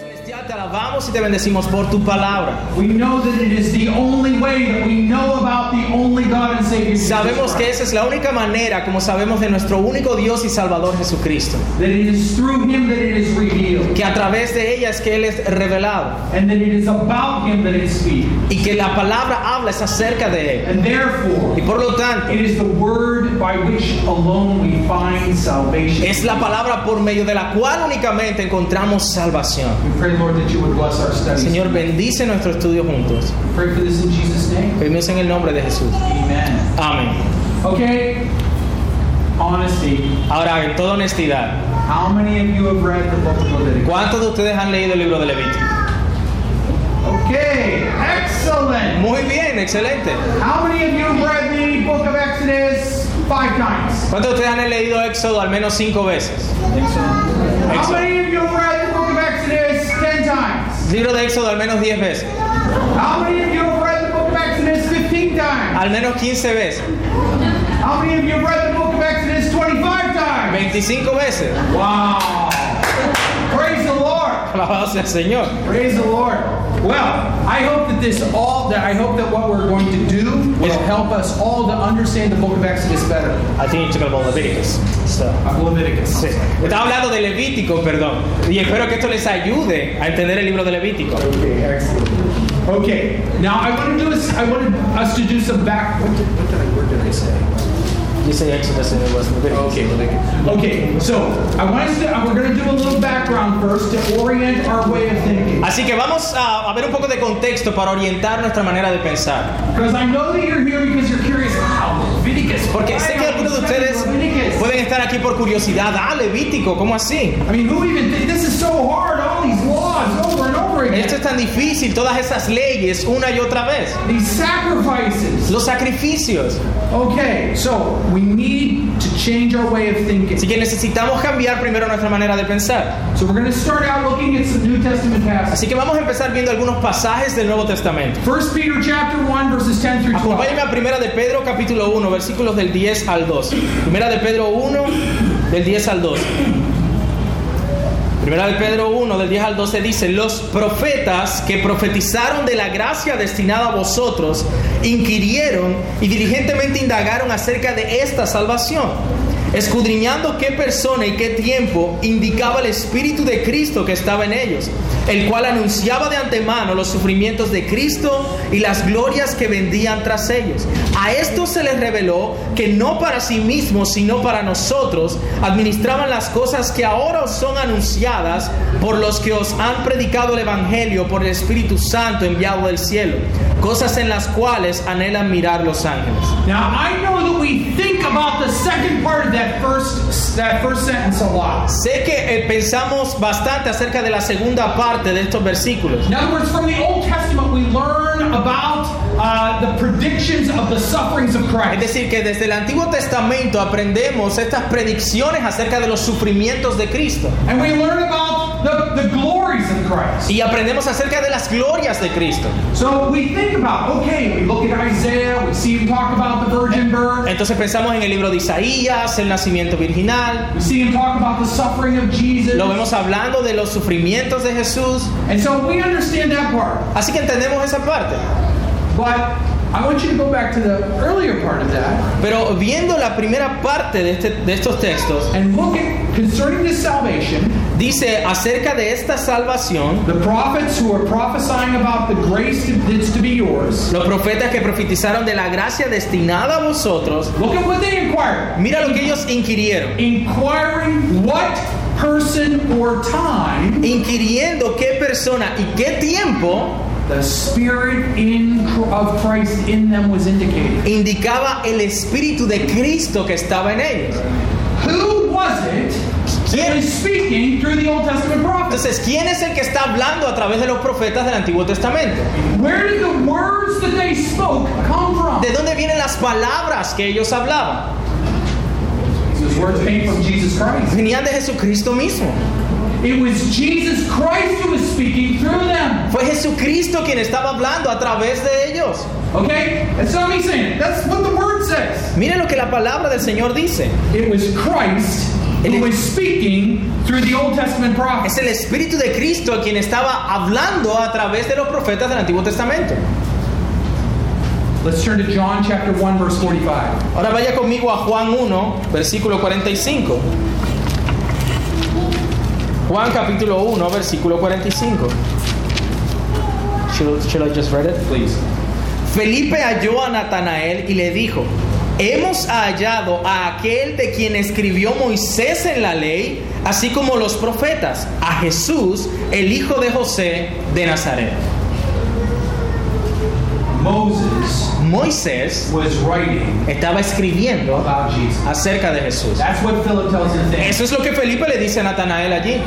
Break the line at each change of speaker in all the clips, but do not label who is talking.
Pues te alabamos y te bendecimos por tu palabra.
We know that it is the only way that we know about the only God and Savior. Jesus
Sabemos que
Christ.
esa es la única manera como sabemos de nuestro único Dios y Salvador Jesucristo.
that it is through Him that it is revealed,
Que a través de ella es que Él es revelado.
and that it is about Him that it is speaking.
Y que la palabra habla es acerca de Él.
And therefore,
Y por lo tanto,
it is the word by which alone we find salvation.
es la palabra por medio de la cual únicamente encontramos salvación.
We pray, Lord, that you would bless our studies.
Señor, bendice nuestro estudio juntos.
We pray for this in Jesus' name.
Pedimos en el nombre de Jesús.
Amen.
Amén.
Okay. Honesty.
Ahora, en toda honestidad,
How many of you have read the book of Leviticus?
¿cuántos de ustedes han leído el libro de Levítico?
Okay. Excellent.
Muy bien, excelente.
How many of you have read the book of Exodus five times?
¿Cuántos de ustedes han leído Éxodo al menos cinco veces?
Excellent. How
Excellent.
many of you have read the book of Exodus ten times?
Libro de Éxodo al menos 10 veces,
How many of you have read the book of Exodus fifteen times?
al menos 15 veces,
How many of you have read the book of Exodus twenty-five times?
25 veces.
Wow. Praise the Lord.
Alabado sea el Señor.
Praise the Lord. Well, I hope that this all that I hope that what we're going to do will help us all to understand the book of Exodus better.
I think you took about Leviticus. So,
Of Leviticus.
sí. Estaba hablando de Levítico, perdón. Y espero que esto les ayude a entender el libro de Levítico.
Okay, excellent. Okay. Now I want to do is I wanted us to do some back what did, what did I what did I say?
Dice Exodus and it was Leviticus.
Okay, Leviticus. Okay, so I want us to uh, we're gonna do a little background first to orient our way of thinking.
Así que vamos a, a ver un poco de contexto para orientar nuestra manera de pensar.
Because I know that you're here because you're curious. Wow, Leviticus.
Porque sé que
Why are we
algunos de
studying
ustedes
Leviticus?
pueden estar aquí por curiosidad. Ah, Levítico, ¿cómo así?
I mean, who even thi- this is so hard? All these laws over and over again.
Esto es tan difícil, todas esas leyes una y otra vez.
These sacrifices.
Los sacrificios.
Okay, so we need to change our way of thinking.
Así que necesitamos cambiar primero nuestra manera de pensar.
So we're going to start out looking at some New Testament passages.
Así que vamos a empezar viendo algunos pasajes del Nuevo Testamento.
First Peter chapter one verses ten through twelve.
Acompáñame a Primera de Pedro capítulo 1, versículos del 10 al 12. Primera de Pedro 1, del 10 al 12. Primera de Pedro 1, del 10 al 12 dice, los profetas que profetizaron de la gracia destinada a vosotros, inquirieron y diligentemente indagaron acerca de esta salvación, escudriñando qué persona y qué tiempo indicaba el Espíritu de Cristo que estaba en ellos, el cual anunciaba de antemano los sufrimientos de Cristo y las glorias que vendían tras ellos. A esto se les reveló que no para sí mismos, sino para nosotros, administraban las cosas que ahora os son anunciadas por los que os han predicado el Evangelio por el Espíritu Santo enviado del cielo, cosas en las cuales anhelan mirar los ángeles.
Now I know that we think about the second part of that first that first sentence a lot.
Sé que eh, pensamos bastante acerca de la segunda parte de estos versículos.
In other words, from the Old Testament, we learn about uh, the predictions of the sufferings of
Es
Christ.
decir, que desde el Antiguo Testamento aprendemos estas predicciones acerca de los sufrimientos de Cristo.
And we learn about the, the glories of Christ.
Y aprendemos acerca de las glorias de Cristo.
So we think about, okay, we look at Isaiah, we see him talk about the virgin birth,
Entonces pensamos en el libro de Isaías, el nacimiento virginal.
we see him talk about the suffering of Jesus.
Lo vemos hablando de los sufrimientos de Jesús.
And so we understand that part.
Así que entendemos esa parte.
But I want you to go back to the earlier part of that
Pero viendo la primera parte de, este- de estos textos,
and look at concerning this salvation,
dice acerca de esta salvación,
the prophets who are prophesying about the grace that's to be yours.
los profetas que profetizaron de la gracia destinada a vosotros,
Look at what they inquired.
mira lo que ellos inquirieron.
Inquiring what person or time
Inquiriendo qué persona y qué tiempo
the Spirit in of Christ in them was indicated.
indicaba el Espíritu de Cristo que estaba en ellos.
Who was it that is speaking through the Old Testament prophets?
Entonces, ¿quién es el que está hablando a través de los profetas del Antiguo Testamento?
Where did the words that they spoke come from?
¿De dónde vienen las palabras que ellos hablaban?
These words came from Jesus Christ.
Venían de Jesucristo mismo.
It was Jesus Christ who was speaking through them.
Fue Jesucristo quien estaba hablando a través de ellos.
Okay? That's not me saying it. That's what the word says.
Miren lo que la palabra del Señor dice.
It was Christ who was speaking through the Old Testament prophets.
Es el Espíritu de Cristo a quien estaba hablando a través de los profetas del Antiguo Testamento.
Let's turn to John chapter 1 verse 45.
Ahora vaya conmigo a Juan 1, versículo 45. Juan capítulo 1, versículo 45. Should, should I just read it?
Please.
Felipe halló a Natanael y le dijo, hemos hallado a aquel de quien escribió Moisés en la ley, así como los profetas, a Jesús, el hijo de José de Nazaret.
Moses
Moisés
was writing
estaba escribiendo
about Jesus.
acerca de Jesús.
That's what Philip tells him there.
Eso es lo que Felipe le dice a Natanael allí.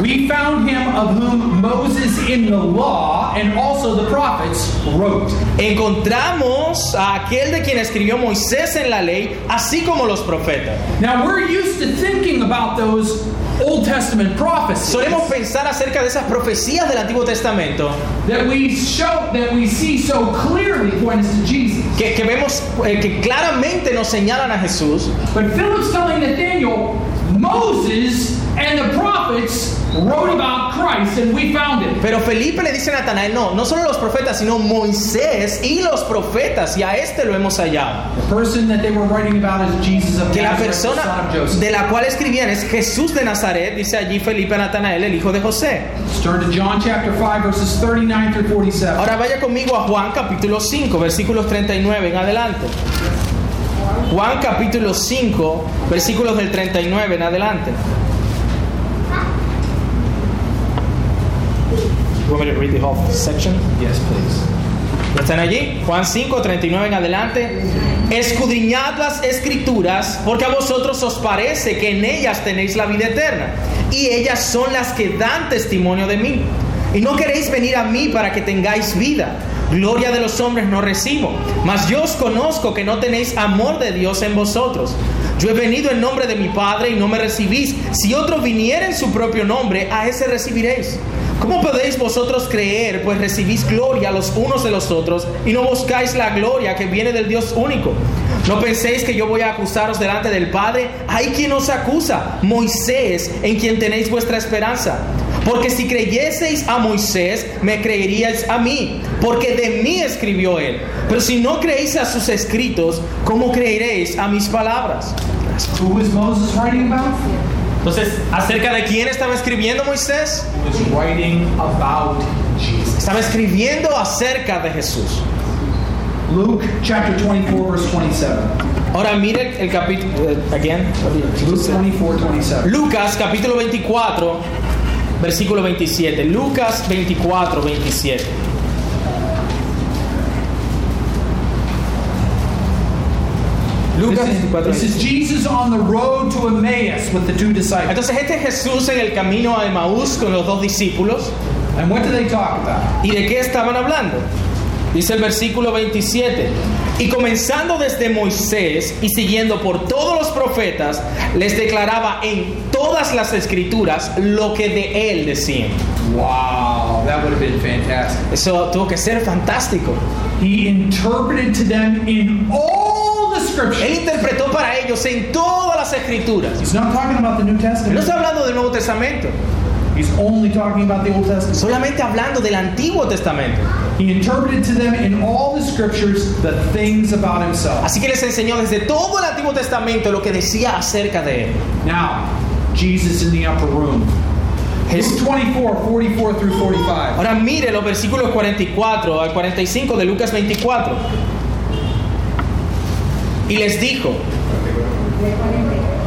We found him of whom Moses in the law and also the prophets wrote.
Encontramos a aquel de quien escribió Moisés en la ley, así como los profetas.
Now we're used to thinking about those Old Testament prophecies
Solemos pensar acerca de esas profecías del Antiguo Testamento
that we show that we see so clearly point us to Jesus.
que, que vemos eh, que claramente nos señalan a Jesús,
But Philip's telling Nathaniel, Moses and the prophets wrote about Christ and we found it.
pero Felipe le dice a Natanael, no, no solo los profetas, sino Moisés y los profetas, y a este lo hemos hallado.
The person that they were writing about is Jesus of
Que la
Nazareth, the son
persona
of Joseph.
de la cual escribían es Jesús de Nazaret, dice allí Felipe a Natanael, el hijo de José.
Let's turn to John chapter 5 verses 39 through 47.
Ahora vaya conmigo a Juan capítulo 5, versículos 39 en adelante. Juan capítulo 5, versículos del 39 en adelante. You want me to read the whole section?
Yes, please.
¿Están allí? Juan 5, 39 en adelante. Escudriñad las escrituras, porque a vosotros os parece que en ellas tenéis la vida eterna, y ellas son las que dan testimonio de mí. Y no queréis venir a mí para que tengáis vida. Gloria de los hombres no recibo, mas yo os conozco que no tenéis amor de Dios en vosotros. Yo he venido en nombre de mi Padre y no me recibís. Si otro viniera en su propio nombre, a ese recibiréis. ¿Cómo podéis vosotros creer, pues recibís gloria los unos de los otros y no buscáis la gloria que viene del Dios único? No penséis que yo voy a acusaros delante del Padre. Hay quien os acusa, Moisés, en quien tenéis vuestra esperanza. Porque si creyeseis a Moisés, me creeríais a mí, porque de mí escribió él. Pero si no creéis a sus escritos, ¿cómo creeréis a mis palabras?
Who was Moses writing about?
Entonces, ¿acerca de quién estaba escribiendo Moisés?
He was writing about Jesus.
Estaba escribiendo acerca de Jesús.
Luke chapter 24 verse 27.
Ahora mire el capítulo. eh, again.
Luke 24 27.
Lucas capítulo 24, versículo 27. Lucas 24, 27. Lucas
This is,
24,
this
27.
is Jesus on the road to Emmaus with the two disciples.
Entonces este es Jesús en el camino a Emaús con los dos discípulos.
And what do they talk about?
¿Y de qué estaban hablando? Dice el versículo 27. Y comenzando desde Moisés y siguiendo por todos los profetas, les declaraba en todas las escrituras lo que de él decían.
Wow, that would have been fantastic.
Eso tuvo que ser fantástico.
He interpreted to them in all the
Él
scriptures.
interpretó para ellos en todas las escrituras.
He's not talking about the New
No
Testament.
está hablando del Nuevo Testamento,
He's only talking about the Old Testament.
solamente hablando del Antiguo Testamento.
He interpreted to them in all the scriptures the things about himself.
Así que les enseñó desde todo el Antiguo Testamento lo que decía acerca de él.
Now, Jesus in the upper room. His 24, 44 through 45.
Ahora mire los versículos 44 al 45 de Lucas 24. Y les dijo,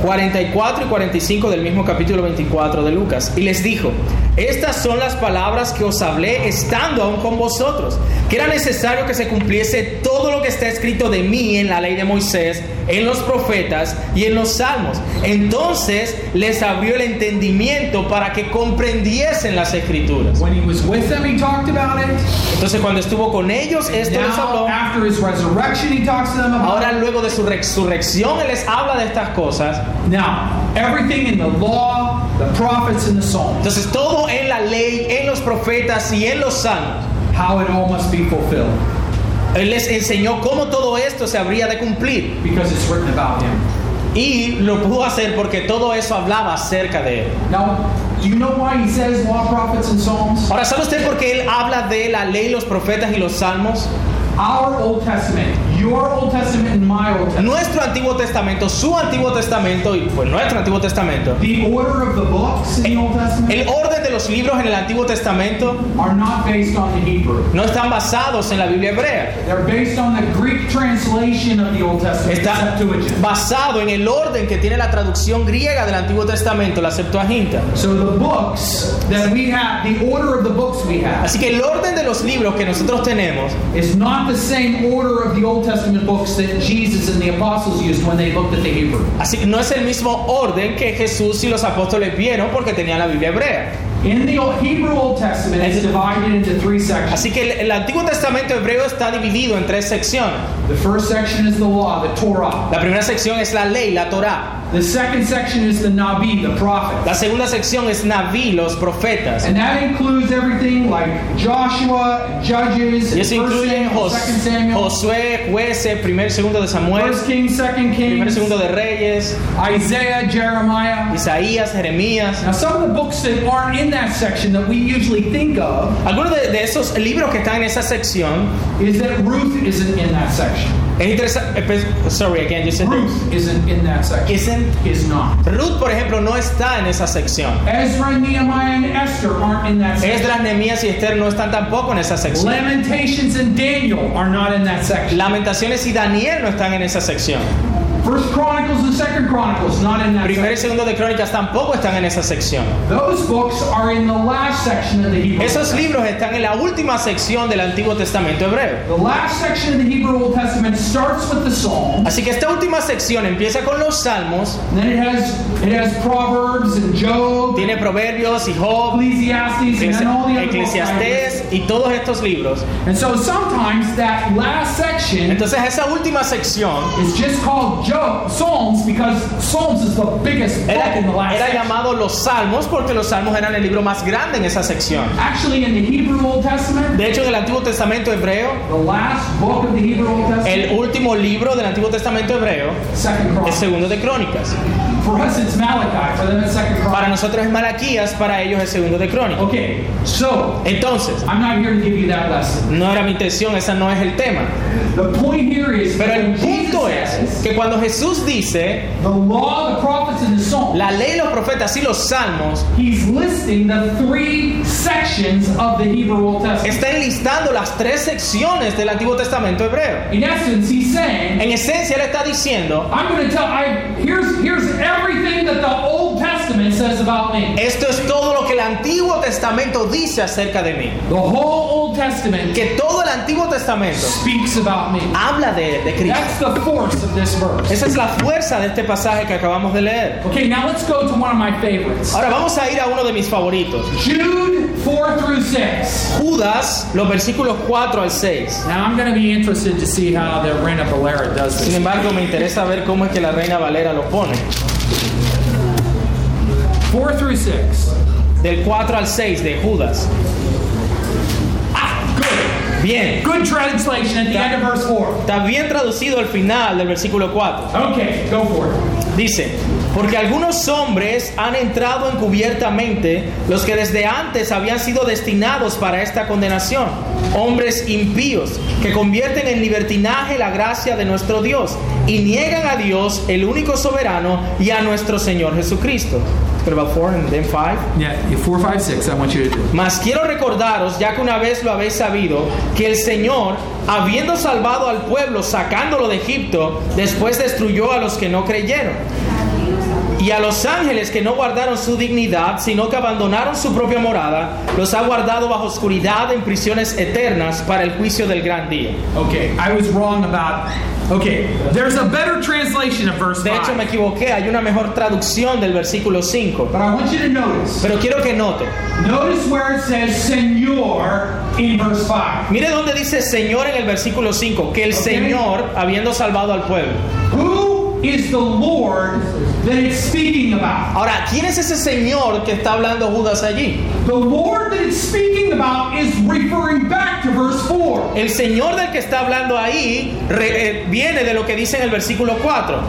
44 y 45 del mismo capítulo 24 de Lucas. Y les dijo, estas son las palabras que os hablé estando aún con vosotros, que era necesario que se cumpliese todo lo que está escrito de mí en la ley de Moisés, en los profetas y en los salmos. Entonces les abrió el entendimiento para que comprendiesen las escrituras.
When he was with them, he talked about it.
Entonces cuando estuvo con ellos, esto les habló.
Now, after his resurrection, he talks to them about
Ahora luego de su resurrección, Él les habla de estas cosas.
it. Now, everything in the law, the prophets, and the Psalms,
Entonces todo en la ley, en los profetas y en los salmos.
how it all must be fulfilled
Él les enseñó cómo todo esto se habría de cumplir,
because it's written about him.
Y lo pudo hacer porque todo eso hablaba acerca de él.
Now, do you know why he says law, prophets, and psalms?
Ahora, ¿sabe usted por qué él habla de la ley, los profetas y los salmos?
Our Old Testament, your Old Testament, and my Old Testament.
Nuestro Antiguo Testamento, su Antiguo Testamento y pues nuestro Antiguo Testamento.
The order of the books in the Old Testament
El orden de los libros en el Antiguo Testamento
are not based on the Hebrew.
no están basados en la Biblia hebrea.
They're based on the Greek translation of the Old Testament, the
Está
Septuagint.
basado en el orden que tiene la traducción griega del Antiguo Testamento, la Septuaginta.
So the books that we have, the order of the books we have,
Así que el orden de los libros que nosotros tenemos
is not the same order of the Old Testament books that Jesus and the apostles used when they looked at the Hebrew.
Así que no es el mismo orden que Jesús y los apóstoles vieron porque tenían la Biblia hebrea.
In the Old- Hebrew Old Testament, it's divided into three sections.
Así que el, el Antiguo Testamento hebreo está dividido en tres secciones.
The first section is the law, the Torah.
La primera sección es la ley, la Torá.
The second section is the Nabi, the prophet.
La segunda sección es Naví, los profetas.
And that includes everything like Joshua, Judges,
Y eso
1
incluye
Samuel,
Jos-
2 Samuel,
Josué, jueces, primer y segundo de Samuel,
1 Kings, 2
primer y
Kings,
segundo de Reyes,
Isaiah, Jeremiah.
Isaías, Jeremías.
Now, some of the books that aren't in that section that we usually think of
Algunos de, de esos libros que están en esa sección
is that Ruth isn't in that section.
es interesante. Sorry, again, you said-
Ruth isn't in that section.
Isn't-
Is not.
Ruth, por ejemplo, no está en esa sección.
Ezra, Nehemiah, and Esther aren't in that section.
Esdras, Nehemías y Esther no están tampoco en esa sección.
Lamentations and Daniel are not in that section.
Lamentaciones y Daniel no están en esa sección.
First Chronicles and Second Chronicles not in that
Primero y
section.
segundo de Crónicas tampoco están en esa sección.
Those books are in the last section of the Hebrew.
Esos
Old Testament.
libros están en la última sección del Antiguo Testamento hebreo.
the last section of the Hebrew Old Testament starts with the Psalms,
Así que esta última sección empieza con los salmos,
and then it has it has Proverbs and Job,
tiene Proverbios y Job,
Ecclesiastes, and then all the other books.
Eclesiastés y todos estos libros.
And so sometimes that last section
Entonces esa última sección
is just called Job Psalms because Psalms is the biggest book
era,
in the last
era
section.
llamado los salmos porque los salmos eran el libro más grande en esa sección.
Actually, in the Hebrew Old Testament,
De hecho, en el Antiguo Testamento hebreo
the last book of the Hebrew Old
El
Testament,
último libro del Antiguo Testamento hebreo
Second
es
Chronicles.
segundo de Crónicas.
For us, it's Malachi. For them, it's Second
Para
Chronicles.
nosotros es Malaquías, para ellos es segundo de Crónicas.
Okay, so
Entonces,
I'm not here to give you that lesson.
no era mi intención, esa no es el tema.
The point here is
Pero
when
el
Jesus
punto es
says,
que cuando Jesús dice
the law, the prophets, and the Psalms,
la ley, los profetas y los salmos,
he's listing the three sections of the Hebrew Old Testament.
está enlistando las tres secciones del Antiguo Testamento hebreo.
In essence, he's saying,
En esencia, él está diciendo,
I'm going to tell. I here's here's everything that the Old Testament says about me.
esto es todo lo que el Antiguo Testamento dice acerca de mí.
The whole Old Testament
Que todo el Antiguo Testamento
speaks about me.
habla de, de Cristo.
That's the force of this verse.
Esa es la fuerza de este pasaje que acabamos de leer.
Okay, now let's go to one of my favorites.
Ahora vamos a ir a uno de mis favoritos.
Jude 4 through 6.
Judas, los versículos 4 al 6.
Now I'm going to be interested to see how the Reina Valera does
Sin
this.
embargo, me interesa ver cómo es que la reina Valera lo pone.
4 through 6.
Del 4 al 6 de Judas.
Ah,
Bien.
good. Good translation at the end of verse 4.
Está bien traducido al final del versículo 4.
Okay, go for it.
Dice, porque algunos hombres han entrado encubiertamente, los que desde antes habían sido destinados para esta condenación, hombres impíos, que convierten en libertinaje la gracia de nuestro Dios y niegan a Dios, el único soberano, y a nuestro Señor Jesucristo. What about four and then five?
Yeah, 4, 5, 6. I want you to do.
Mas quiero recordaros, ya que una vez lo habéis sabido, que el Señor, habiendo salvado al pueblo, sacándolo de Egipto, después destruyó a los que no creyeron. Y a los ángeles que no guardaron su dignidad, sino que abandonaron su propia morada, los ha guardado bajo oscuridad en prisiones eternas para el juicio del gran día.
Okay, I was wrong about. Okay, there's a better translation of verse
De hecho, me
5.
equivoqué, hay una mejor traducción del versículo 5.
But I want you to notice.
Pero quiero que note,
Notice where it says Senor in verse 5.
mire dónde dice Señor en el versículo 5, que el
Ok.
Señor, habiendo salvado al pueblo.
Who is the Lord that it's speaking about?
Ahora, ¿quién es ese señor que está hablando Judas allí?
The Lord that it's speaking about is referring back to verse 4.
El señor del que está hablando ahí re- eh, viene de lo que dice en el versículo 4.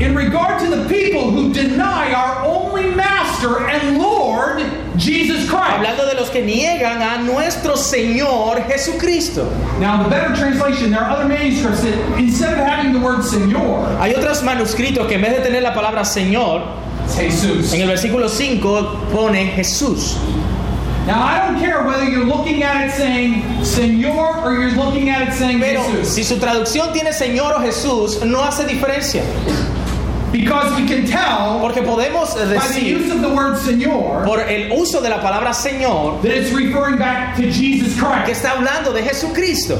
in regard to the people who deny our only Master and Lord, Jesus Christ.
Hablando de los que niegan a nuestro Señor Jesucristo.
Now, the better translation, there are other manuscripts that instead of having the word Señor,
Hay otros manuscritos que en vez de tener la palabra Señor,
it's Jesus.
en el versículo 5 pone Jesús.
Now, I don't care whether you're looking at it saying Señor or you're looking at it saying
Pero
Jesus.
si su traducción tiene Señor o Jesús, no hace diferencia.
Because we can tell
Porque podemos
by the use
decir,
of the word Señor
por el uso de la palabra Señor,
that it's referring back to Jesus
que
Christ.
está hablando de Jesucristo.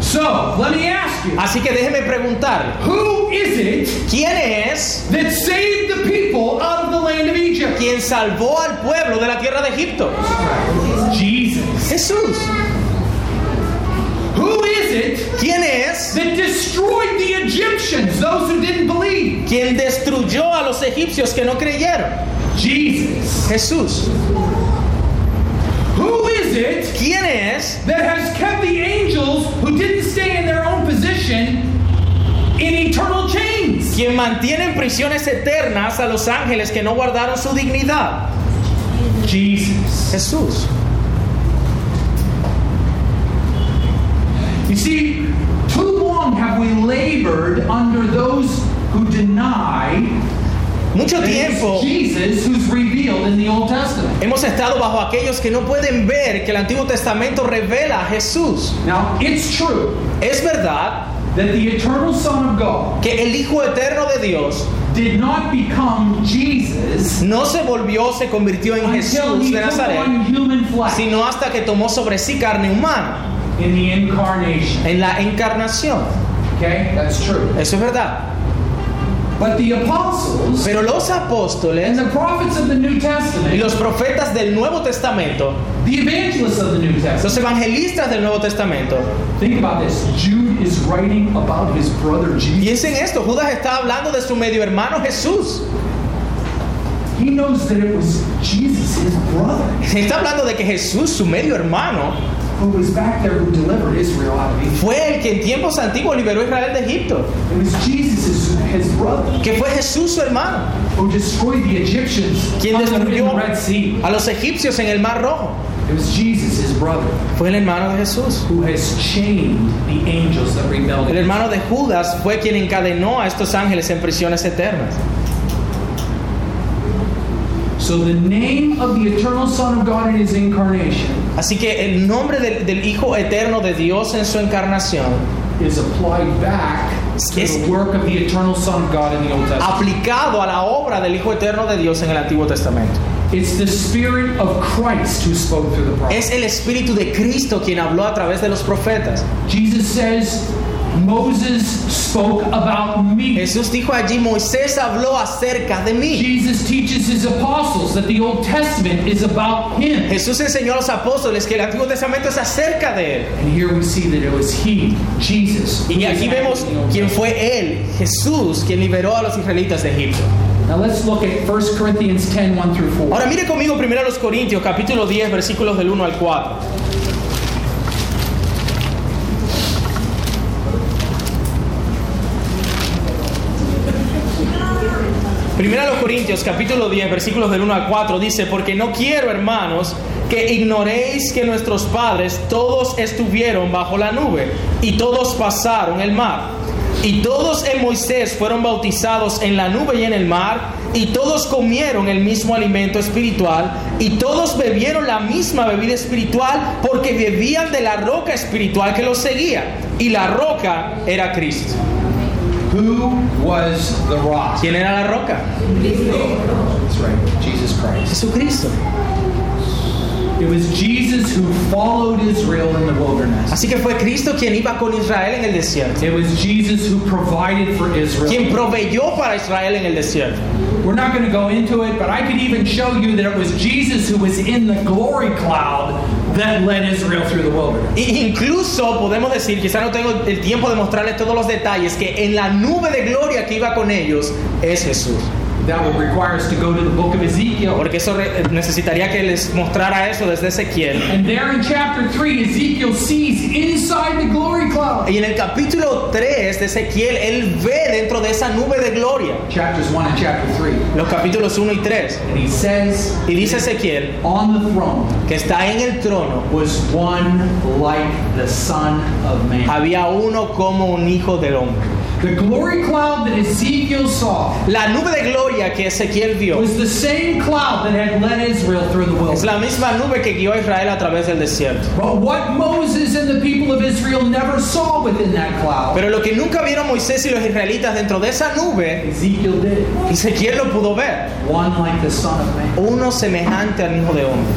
So, let me ask you
Así que déjeme preguntar,
who is it
¿quién es
that saved the people out of the land of Egypt?
quien salvó al pueblo de la tierra de Egipto?
Jesus.
Jesús.
Who is it
¿Quién es
that destroyed the Egyptians, those who didn't believe?
quien destruyó a los egipcios que no creyeron?
Jesus.
Jesús.
Who is it
¿Quién es
that has kept the angels who didn't stay in their own position in eternal chains.
quien mantiene en prisiones eternas a los ángeles que no guardaron su dignidad?
Jesus.
Jesús.
You see, too long have we labored under those who deny
Mucho
that
tiempo
it's Jesus who's revealed in the Old Testament.
hemos estado bajo aquellos que no pueden ver que el Antiguo Testamento revela a Jesús.
Now, it's true
Es verdad
that the eternal Son of God
que el Hijo Eterno de Dios
did not become Jesus
no se volvió, se convirtió en
until
Jesús
he
de
took
Nazaret,
on human flesh
sino hasta que tomó sobre sí carne humana
in the incarnation.
en la encarnación.
Okay? That's true.
Eso es verdad.
But the apostles
Pero los
and
apóstoles
the prophets of the New Testament
y los profetas del Nuevo Testamento,
The evangelists of the New Testament.
los evangelistas del Nuevo Testamento,
Think about this. Jude is writing about his brother Jesus.
piensen esto, Judas está hablando de su medio hermano Jesús.
He knows that it was Jesus, his brother,
Está hablando de que Jesús, su medio hermano,
who was back there who delivered Israel out of Egypt.
fue el que en tiempos antiguos liberó a Israel de Egipto,
It was Jesus, his, his brother,
que fue Jesús su hermano,
who destroyed the Egyptians
quien
on the
destruyó
in Red Sea.
a los egipcios en el Mar Rojo.
It was Jesus, his brother,
Fue el hermano de Jesús.
who has chained the angels that rebelled.
El hermano de Judas fue quien encadenó a estos ángeles en prisiones eternas.
So the name of the eternal Son of God in his incarnation
Así que el nombre del, del Hijo Eterno de Dios en su encarnación,
is applied back to
Yes.
the work of the eternal Son of God in the Old Testament.
aplicado a la obra del Hijo Eterno de Dios en el Antiguo Testamento.
It's the Spirit of Christ who spoke through the prophet.
Es el Espíritu de Cristo quien habló a través de los profetas.
Jesus says, Moses spoke about me.
Jesús dijo allí, Moisés habló acerca de mí.
Jesus teaches his apostles that the Old Testament is about him.
Jesús enseñó a los apóstoles que el Antiguo Testamento es acerca de él.
And here we see that it was he, Jesus. who
Y aquí
was
vemos
in the Old
quién
Testament.
fue él, Jesús, quien liberó a los israelitas de Egipto.
Now let's look at 1 Corinthians 10 1 through 4.
Ahora mire conmigo primero a los Corintios, capítulo 10, versículos del 1 al 4. Primero a los Corintios, capítulo 10, versículos del 1 al 4, dice, porque no quiero, hermanos, que ignoréis que nuestros padres todos estuvieron bajo la nube y todos pasaron el mar. Y todos en Moisés fueron bautizados en la nube y en el mar, y todos comieron el mismo alimento espiritual, y todos bebieron la misma bebida espiritual, porque bebían de la roca espiritual que los seguía, y la roca era Cristo.
Who was the rock?
¿Quién era la roca?
That's right, Jesus Christ.
Jesucristo.
It was Jesus who followed Israel in the wilderness.
Así que fue Cristo quien iba con Israel en el desierto,
It was Jesus who provided for
quien
Israel.
proveyó para Israel en el desierto.
We're not going to go into it, but I could even show you that it was Jesus who was in the glory cloud that led Israel through the wilderness.
E incluso podemos decir, quizá no tengo el tiempo de mostrarles todos los detalles, que en la nube de gloria que iba con ellos es Jesús.
that would require us to go to the book of Ezekiel.
Porque eso re- necesitaría que les mostrara eso desde Ezequiel.
And there in chapter 3, Ezekiel sees inside the glory cloud.
Y en el capítulo 3 de Ezequiel, él ve dentro de esa nube de gloria,
Chapters 1 and chapter 3.
los capítulos 1 y 3.
And he says,
Y dice Ezequiel
On the throne
que está en el trono,
was one like the Son of Man.
había uno como un hijo del hombre.
The glory cloud that Ezekiel saw
La nube de gloria que Ezequiel vio
was the same cloud that had led Israel through the
es
wilderness.
la misma nube que guió a Israel a través del desierto.
But what Moses and the people of Israel never saw within that cloud,
Pero lo que nunca vieron Moisés y los israelitas dentro de esa nube,
Ezekiel did.
Ezequiel lo pudo ver.
One like the Son of Man.
Uno semejante al hijo de hombre.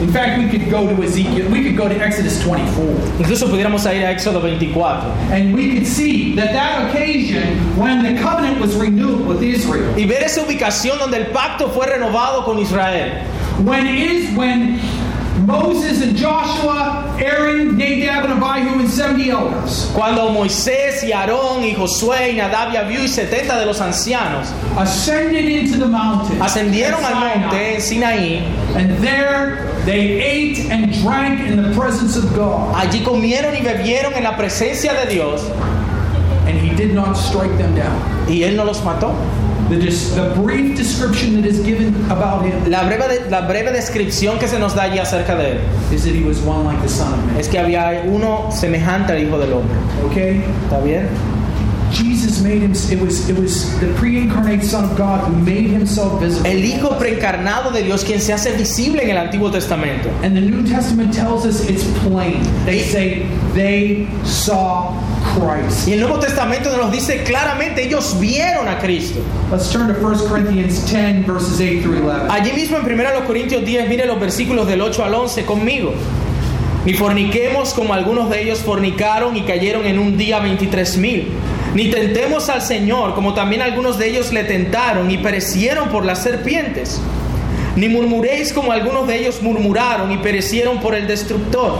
In fact, we could go to Ezekiel, we could go to Exodus 24.
Incluso pudiéramos ir a Éxodo 24
And we could see that that occasion when the covenant was renewed with Israel,
y ver esa ubicación donde el pacto fue renovado con Israel.
when is when Moses and Joshua, Aaron, Nadab and Abihu and 70 elders
Cuando Moisés y Aarón y Josué y Nadab y Abiú y 70 de los ancianos
ascended into the mountain,
ascendieron
at
al
Sinai.
monte en Sinaí,
and there they ate and drank in the presence of God,
allí comieron y bebieron en la presencia de Dios
and He did not strike them down.
y Él no los mató.
The, dis- the brief description that is given about Him
La breve, de- la breve descripción que se nos da allí acerca de Él
is that He was one like the Son of Man.
es que había uno semejante al Hijo del Hombre.
Okay.
¿Está bien?
Jesus made him. It was it was the pre-incarnate Son of God who made Himself visible.
El Hijo preencarnado de Dios quien se hace visible en el Antiguo Testamento.
And the New Testament tells us it's plain. They say they saw Christ.
Y el Nuevo Testamento nos dice claramente, ellos vieron a Cristo.
Let's turn to 1 Corinthians 10 verses 8 through 11.
Allí mismo en 1 los Corintios 10, mire los versículos del 8 al 11 conmigo. Ni forniquemos como algunos de ellos fornicaron y cayeron en un día 23 mil. Ni tentemos al Señor como también algunos de ellos le tentaron y perecieron por las serpientes. Ni murmuréis como algunos de ellos murmuraron y perecieron por el destructor.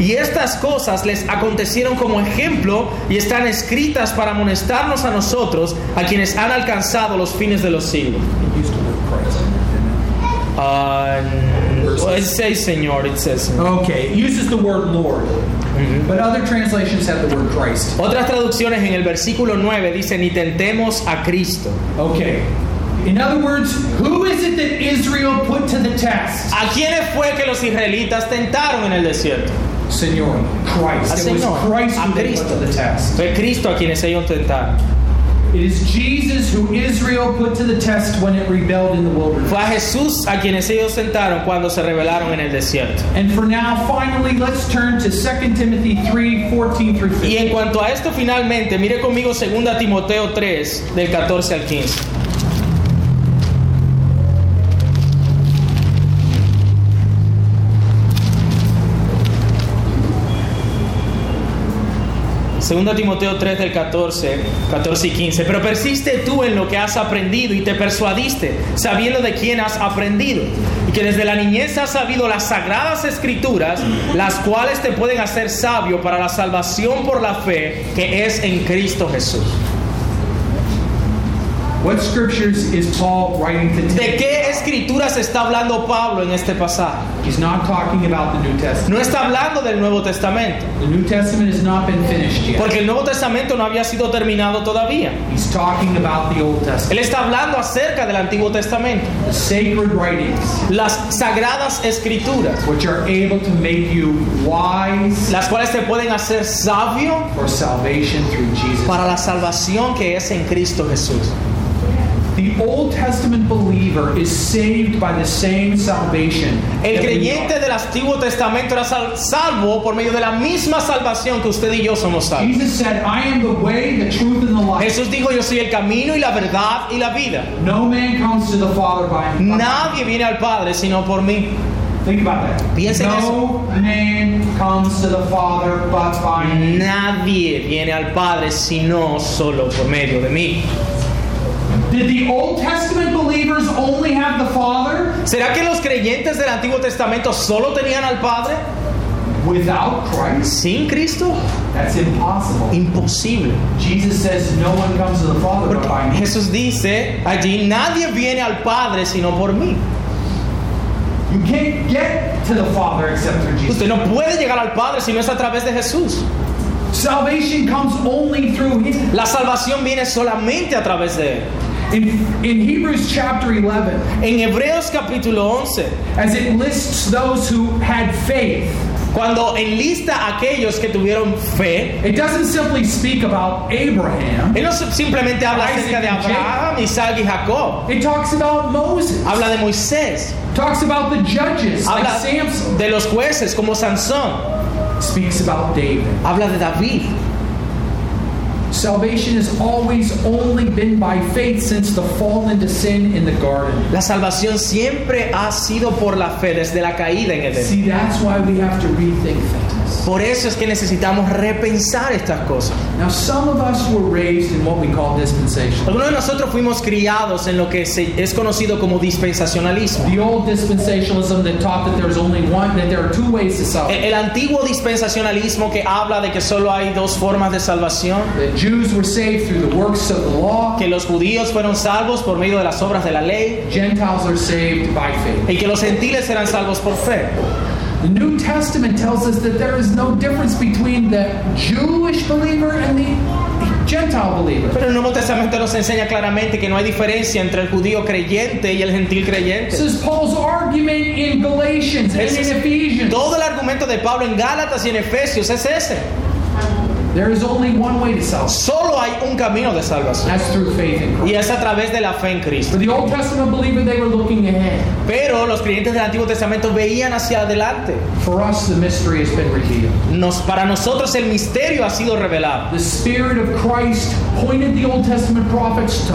Y estas cosas les acontecieron como ejemplo y están escritas para amonestarnos a nosotros, a quienes han alcanzado los fines de los siglos.
He used the word Christ.
Ah, well, it says Señor, it says Señor.
Okay, it uses the word Lord, but other translations have the word Christ.
Otras traducciones en el versículo 9 dicen, ni tentemos a Cristo.
Okay. In other words, who is it that Israel put to the test?
¿A quiénes fue que los israelitas tentaron en el desierto?
Senor,
Al
Christ. It was
Señor,
Christ
a
who they put to
Cristo.
the test.
Fue Cristo a quienes ellos tentaron.
It is Jesus who Israel put to the test when it rebelled in the wilderness.
Fue a Jesús a quienes ellos tentaron cuando se rebelaron en el desierto.
And for now, finally, let's turn to 2 Timothy 3 14 through
Y
15.
en cuanto a esto finalmente, mire conmigo 2 Timoteo 3, del 14 al 15. Segunda Timoteo 3 del 14, 14 y 15. Pero persiste tú en lo que has aprendido y te persuadiste, sabiendo de quién has aprendido, y que desde la niñez has sabido las sagradas escrituras, las cuales te pueden hacer sabio para la salvación por la fe que es en Cristo Jesús.
What scriptures is Paul writing to
¿De
Timothy?
qué escrituras está hablando Pablo en este pasaje?
He's not talking about the New Testament.
No está hablando del Nuevo Testamento,
The New Testament has not been finished yet.
porque el Nuevo Testamento no había sido terminado todavía.
He's talking about the Old
Él
Testament,
está hablando acerca del Antiguo Testamento.
the sacred writings,
las sagradas escrituras,
which are able to make you wise
las cuales te pueden hacer sabio
for salvation through Jesus.
para la salvación que es en Cristo Jesús.
The Old Testament believer is saved by the same salvation.
El
that we are.
creyente del Antiguo Testamento era sal- salvo por medio de la misma salvación que usted y yo somos salvos.
Jesus said, I am the way, the truth, and the life.
Jesús dijo, yo soy el camino y la verdad y la vida.
No man comes to the Father by me.
Nadie viene al Padre sino por mí.
Think about that.
Piensa en
no man comes to the Father but by me.
Nadie viene al Padre sino solo por medio de mí.
Did the Old Testament believers only have the Father?
¿Será que los creyentes del Antiguo Testamento solo tenían al Padre?
without Christ,
Sin Cristo,
that's impossible.
imposible.
Jesus says no one comes to the Father but
Porque
by me.
Jesús dice allí, nadie viene al Padre sino por mí.
You can't get to the Father except through Jesus.
Usted no puede llegar al Padre si no es a través de Jesús.
Salvation comes only through Him.
La salvación viene solamente a través de Él.
In, in Hebrews chapter 11,
En Hebreos capítulo 11,
as it lists those who had faith,
cuando enlista a aquellos que tuvieron fe,
it doesn't simply speak about Abraham,
Él no simplemente habla acerca de Abraham, Isaac y Jacob.
it talks about Moses,
Habla de Moisés,
talks about the judges like
habla
Samson,
de los jueces como Sansón,
speaks about David.
habla de David.
Salvation has always only been by faith since the fall into sin in the garden.
La salvación siempre ha sido por la fe desde la caída en Edén.
See, that's why we have to rethink things.
Por eso es que necesitamos repensar estas cosas.
Now, some of us were raised in what we call dispensation.
Algunos de nosotros fuimos criados en lo que se- es conocido como dispensacionalismo.
The old dispensationalism that taught that there's only one, that there are two ways to
El,
salvation.
E-, el antiguo dispensacionalismo que habla de que solo hay dos formas de salvación,
The Jews were saved through the works of the law.
que los judíos fueron salvos por medio de las obras de la ley
Gentiles are saved by faith.
y que los gentiles eran salvos por fe.
The New Testament tells us that there is no difference between the Jewish believer and the Gentile believer.
Pero el Nuevo Testamento nos enseña claramente que no hay diferencia entre el judío creyente y el gentil creyente.
This is Paul's argument in Galatians and in Ephesians.
Todo el argumento de Pablo en Gálatas y en Efesios es ese.
There is only one way to salvation.
Solo hay un camino de salvación
That's through faith in
y
Christ.
es a través de la fe en Cristo.
For the Old Testament believer, they were looking ahead.
Pero los creyentes del Antiguo Testamento veían hacia adelante.
For us, the mystery has been revealed.
Nos, para nosotros el misterio ha sido revelado.
The Spirit of Christ pointed the Old Testament prophets to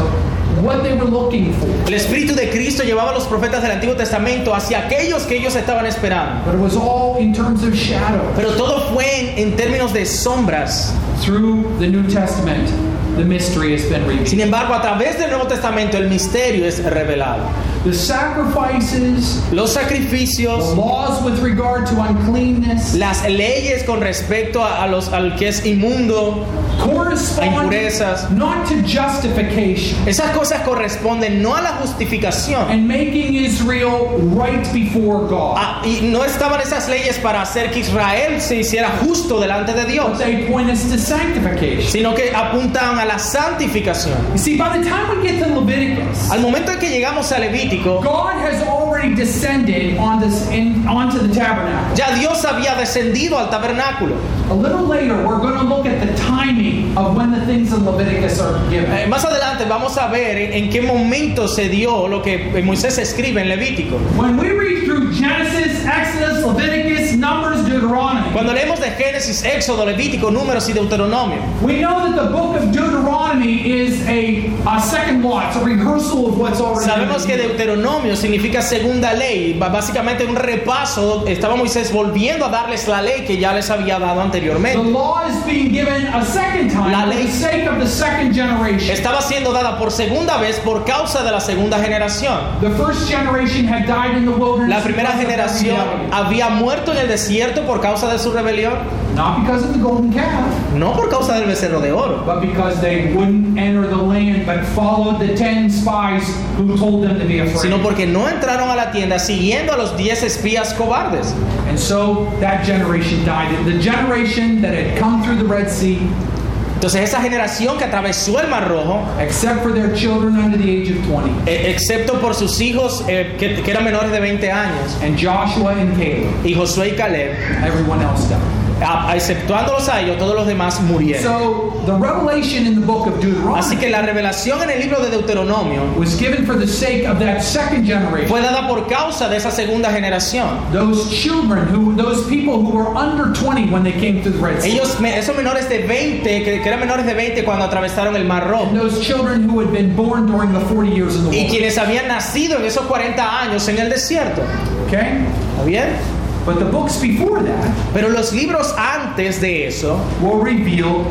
what they were looking for.
El Espíritu de Cristo llevaba a los profetas del Antiguo Testamento hacia aquellos que ellos estaban esperando.
But it was all in terms of shadow.
Pero todo fue en, en términos de sombras.
Through the New Testament, the mystery has been revealed.
Sin embargo, a través del Nuevo Testamento el misterio es revelado.
The sacrifices,
Los
the
sacrificios,
laws with regard to uncleanness,
las leyes con respecto a, a los, al que es inmundo,
correspond
Impurezas.
not to justification
esas cosas corresponden no a la justificación.
and making Israel right before God.
Ah, y no estaban esas leyes para hacer que Israel se hiciera justo delante de
But
Dios,
they point us to sanctification.
sino que apuntaban a la santificación.
You see, by the time we get to Leviticus,
Al momento en que llegamos a Levítico,
God has already descended on this in, onto the tabernacle.
Ya Dios había descendido al tabernáculo.
A little later, we're going to look at the timing of when the things in Leviticus are
Eh,
given.
Más adelante vamos a ver en, en qué momento se dio lo que eh, Moisés escribe en Levítico.
When we read through Genesis, Exodus, Leviticus, Numbers, Deuteronomy,
Cuando leemos de Génesis, Éxodo, Levítico, Números y Deuteronomio,
we know that the book of Deuteronomy is a, a second law. It's a rehearsal of what's already
sabemos que
been.
Deuteronomio significa segunda ley, ba- básicamente un repaso. Estaba Moisés volviendo a darles la ley que ya les había dado
The
anteriormente.
law is being given a second
La
time for
ley.
the sake of the second generation.
Estaba siendo dada por segunda vez por causa de la segunda generación.
The first generation had died in the wilderness.
La primera
because of their
generación
rebellion.
había muerto en el desierto por causa de su rebelión,
Not because of the golden calf,
no por causa del becerro de oro.
but because they wouldn't enter the land but followed the ten spies who told them to be afraid.
sino porque no entraron a la tienda siguiendo a los 10 espías cobardes.
and so that generation died. The generation that had come through the Red Sea,
Entonces esa generación que atravesó el Mar Rojo,
except for their children under the age of 20,
eh, excepto por sus hijos eh, que, que eran menores de 20 años,
and Joshua and Caleb,
y Josué y Caleb,
everyone else died.
a- a- exceptuándolos a ellos, todos los demás murieron.
So the revelation in the book of
Así
Deuteronomy
que la revelación en el libro de Deuteronomio
was given for the sake of that second generation.
fue dada por causa de esa segunda generación.
Those children who, those people who were under 20 when they came through the Red Sea.
Ellos, me- esos menores de 20, que, que eran menores de 20 cuando atravesaron el Mar
And
Rojo,
those children who had been born during the 40 years in the
y
war.
quienes habían nacido en esos 40 años en el desierto.
Okay?
¿Está bien?
But the books before that
Pero los libros antes de eso
were revealed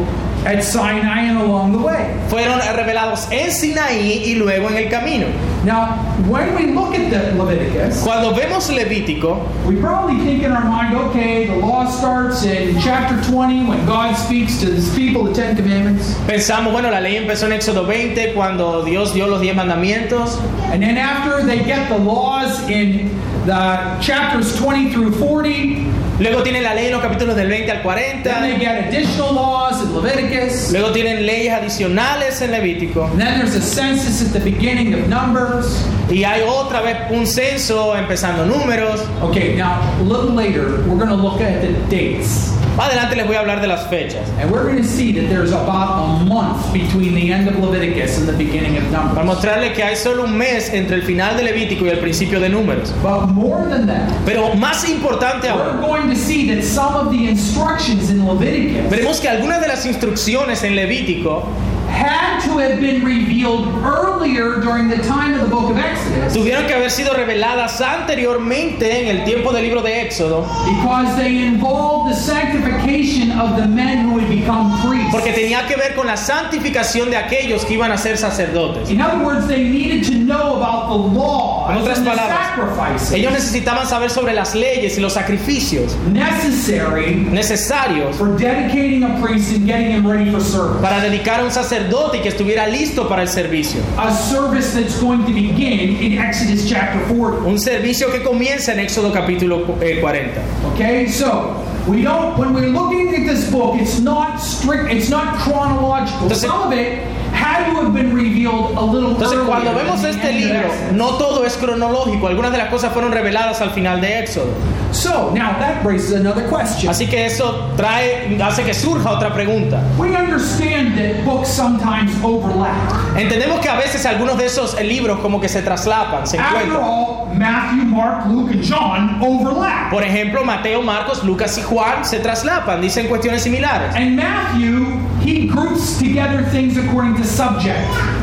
at Sinai and along the way.
fueron revelados en Sinaí y luego en el camino.
Now, when we look at the Leviticus,
Cuando vemos Levítico,
we probably think in our mind, okay, the law starts in chapter 20 when God speaks to his people the Ten Commandments,
pensamos, bueno, la ley empezó en Éxodo 20, cuando Dios dio los diez mandamientos,
and then after they get the laws in the chapters 20 through 40,
luego tienen la ley en los capítulos del 20 al
then
40,
they get additional laws in Leviticus,
luego tienen leyes adicionales en Levítico,
and then there's a census at the beginning of Numbers.
y hay otra vez un censo empezando números.
Okay, now a little later, we're going to look at the dates.
Adelante les voy a hablar de las fechas.
And we're going to see that there's about a month between the end of Leviticus and the beginning of
Para
Numbers.
mostrarles que hay solo un mes entre el final de Levítico y el principio de números.
But more than that,
Pero más importante
we're
aún,
going to see that some of the instructions in Leviticus
veremos que algunas de las instrucciones en Levítico
had to have been revealed earlier during the time of the book of Exodus
tuvieron que haber sido reveladas anteriormente en el tiempo del libro de Éxodo,
because they involved the sanctification of the men who would become
porque
priests.
tenía que ver con la santificación de aquellos que iban a ser sacerdotes.
In other words, they needed to know about the law
En
and the
otras palabras,
sacrifices
ellos necesitaban saber sobre las leyes y los sacrificios
necessary
necesarios
for dedicating a priest and getting him ready for service.
para dedicar a un sacerdote y que estuviera listo para el servicio.
a service that's going to begin in Exodus chapter 40.
Un servicio que comienza en Éxodo capítulo cu- eh, 40.
Okay, so we don't when we're looking at this book, it's not strict, it's not chronological.
Entonces-
Some of it had to have been revealed a little
Entonces,
earlier
cuando
than
vemos
the
este
end of
libro,
Exodus.
no todo es cronológico. Algunas de las cosas fueron reveladas al final de Éxodo.
So now that raises another question.
Así que eso trae, hace que surja otra pregunta.
We understand that books sometimes overlap.
Entendemos que a veces algunos de esos eh, libros como que se traslapan, se
After
encuentran.
all, Matthew, Mark, Luke, and John overlap.
Por ejemplo, Mateo, Marcos, Lucas y Juan se traslapan, dicen cuestiones similares.
And Matthew, he groups together things according to subject.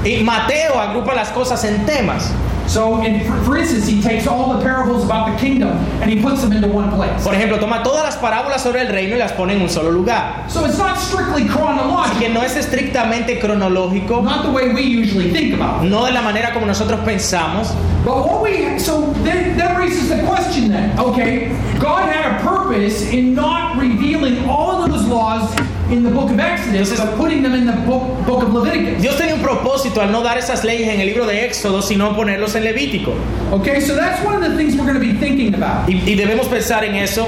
Y Mateo agrupa las cosas en temas.
So, in, for, for instance, he takes all the parables about the kingdom and he puts them into one place.
Por ejemplo, toma todas las parábolas sobre el reino y las pone en un solo lugar.
So it's not strictly
Así que
chronological,
no es estrictamente cronológico,
not the way we usually think about it.
no de la manera como nosotros pensamos.
But what we so then, that raises the question then. Okay, God had a purpose in not revealing all of those laws in the book of Exodus,
Entonces-
but putting them in the book, book of Leviticus.
Dios tenía un propósito al no dar esas leyes en el libro de Éxodo, sino ponerlos en Levítico.
Okay, so that's one of the things we're going to be thinking about.
Y, y debemos pensar en eso.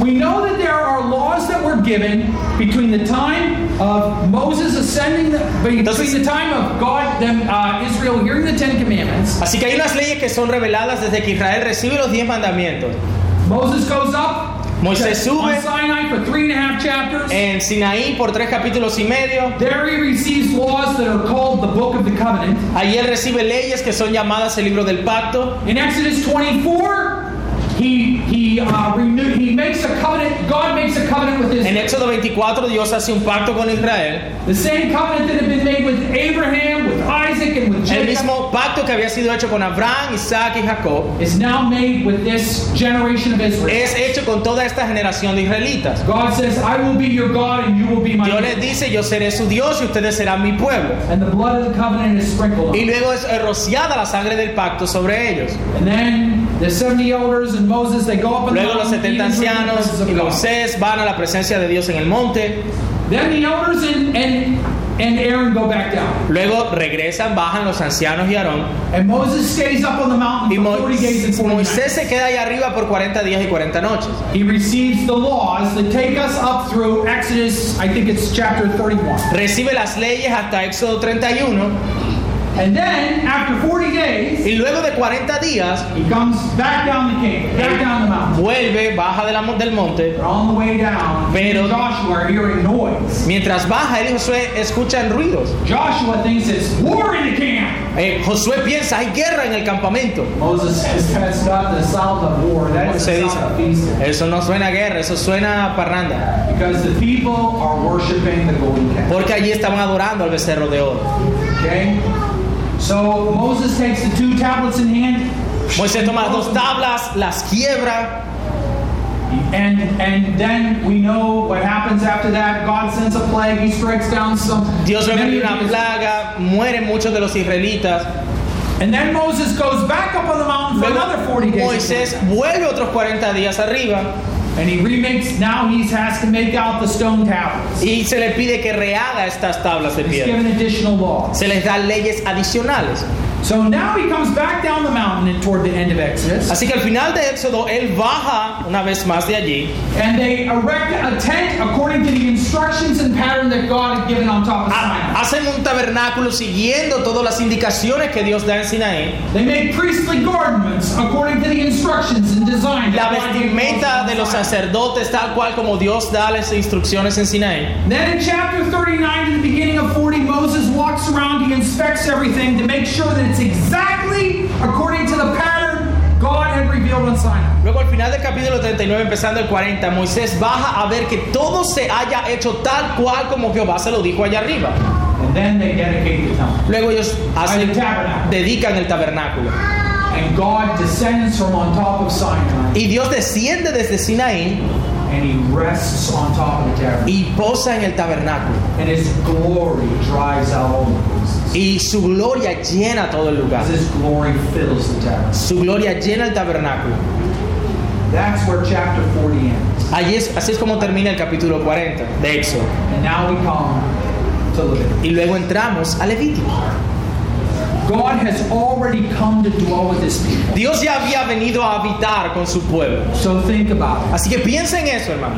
We know that there are laws that were given between the time of Moses ascending, the, between
Entonces-
the time of God, them, uh, Israel hearing the Ten Commandments.
Así que hay unas leyes que son reveladas desde que Israel recibe los diez mandamientos.
Moses goes up
Moisés
to- on
sube.
Sinai for three and a half chapters.
En Sinaí por tres capítulos y medio.
there he receives laws that are called the Book of the Covenant.
Allí él recibe leyes que son llamadas el libro del pacto.
In Exodus 24, he he uh, renew, he makes a covenant. God makes a covenant with
En
Israel.
Éxodo 24 Dios hace un pacto con Israel.
The same covenant that had been made with Abraham, with Isaac, and with
El
Jacob.
mismo pacto que había sido hecho con Abraham, Isaac y Jacob
is now made with this generation of Israel.
es hecho con toda esta generación de israelitas.
God says, I will be your God and you will be my
Dios les
people.
dice, yo seré su Dios y ustedes serán mi pueblo.
And the blood of the covenant is sprinkled on.
Y
them.
luego es rociada la sangre del pacto sobre ellos.
And then the 70 elders and Moses, they go up and
Luego los
down,
70
even through the
ancianos
presence of
y
God.
Moisés van a la presencia de Dios en el monte.
Then the elders and, and, and Aaron go back down.
Luego regresan, bajan los ancianos y Aarón.
And Moses stays up on the mountain
Y
for
Mo-
40 days and 40
Moisés
nights.
se queda ahí arriba por 40 días y 40 noches.
He receives the laws that take us up through Exodus, I think it's chapter 31.
Recibe las leyes hasta Éxodo 31
And then, after 40 days,
y luego de 40 días
he comes back down the cave, back down the mountain.
vuelve, baja de la mon- del monte.
But on the way down, he
Pero-
and Joshua are hearing noise.
Mientras baja, él y Josué escuchan ruidos.
Joshua thinks it's war in the camp.
Eh, Josué piensa, hay guerra en el campamento.
Moses says, That's not the sound of war, that is
Se
the
dice,
sound of feasting.
eso no suena a guerra, eso suena a parranda.
Because the people are worshiping the golden calf.
Porque allí estaban adorando al becerro de oro.
Okay? So Moses takes the two tablets in hand.
Moisés toma las dos tablas, las quiebra
And, and then we know what happens after that. God sends a plague. He strikes down some.
Dios
many
revela una
of these-
plaga, mueren muchos de los israelitas.
And then Moses goes back up on the mountain for
Luego,
another 40 days.
Moisés vuelve otros 40 días arriba
And he remakes, now he has to make out the stone tablets.
y se le pide que rehaga estas tablas de
He's
piedra.
given additional laws.
Se les da leyes adicionales.
So now he comes back down the mountain and toward the end of Exodus.
Así que al final de Éxodo, él baja una vez más de allí
And they erect a tent according to the instructions and pattern that God had given on top of
Ha-
Sinai.
Hacen un tabernáculo siguiendo todas las indicaciones que Dios da en Sinaí.
They make priestly garments according to the instructions and design.
La
that God gave
vestimenta
Moses
de
on
los
Sinai.
sacerdotes tal cual como Dios da las instrucciones en Sinaí.
Then in chapter 39, in the beginning of 40, Moses walks around, he inspects everything to make sure that it's exactly according to the pattern God had revealed on Sinai.
Luego al final del capítulo 39, empezando el 40, Moisés baja a ver que todo se haya hecho tal cual como Jehová se lo dijo allá arriba.
And then they dedicate the temple.
Luego ellos hacen,
Al tabernáculo.
dedican el tabernáculo.
And God descends from on top of Sinai
Y Dios desciende desde Sinaí
and he rests on top of the tabernacle.
y posa en el tabernáculo.
And his glory drives out all the priests.
Y su gloria llena todo el lugar.
His glory fills the tabernacle.
Su gloria llena el tabernáculo.
That's where chapter 40 ends.
Allí es- así es como termina el capítulo 40 de Éxodo.
And now we come to Leviticus.
Y luego entramos a Levítico.
God has already come to dwell with his people.
Dios ya había venido a habitar con su pueblo.
So think about
Así que piensa en eso, hermano.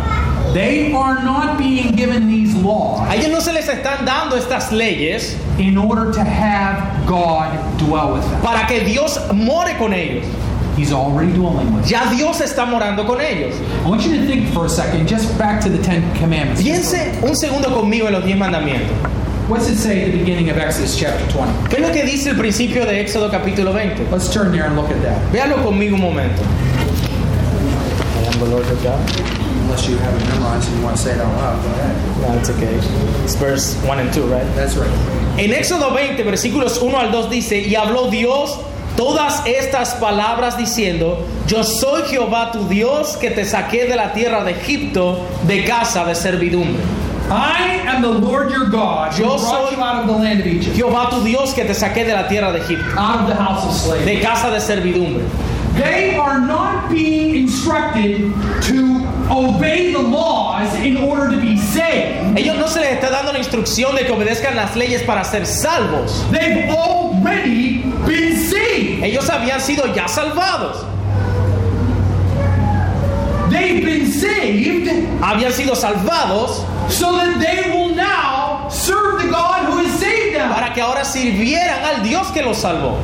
it. They are not being given these laws
A ellos no se les están dando estas leyes
in order to have God dwell with them.
para que Dios more con ellos.
He's already dwelling with them.
Ya Dios está morando con ellos.
I want you to think for a second, just back to the Ten Commandments.
Piense un segundo conmigo en los diez mandamientos.
What's it say at the beginning of Exodus chapter 20?
¿Qué es lo que dice el principio de Éxodo capítulo 20?
Let's turn there and look at that.
Véalo conmigo un momento.
Unless you have it memorized and you want to say it out loud, go ahead. That's right.
En Éxodo 20, versículos 1 al 2 dice, y habló Dios todas estas palabras diciendo, yo soy Jehová tu Dios que te saqué de la tierra de Egipto, de casa de servidumbre.
I am the Lord your God who
Yo
brought
soy-
you out of the land of Egypt,
Jehová tu Dios que te saqué de la tierra de Egipto,
out of the house of slavery.
de casa de servidumbre.
They are not being instructed to obey the laws in order to be saved.
Ellos no se les está dando la instrucción de que obedezcan las leyes para ser salvos.
They've already been saved.
Ellos habían sido ya salvados.
They've been saved
Habían sido salvados
so that they will now serve the God who has saved them.
para que ahora sirvieran al Dios que los salvó.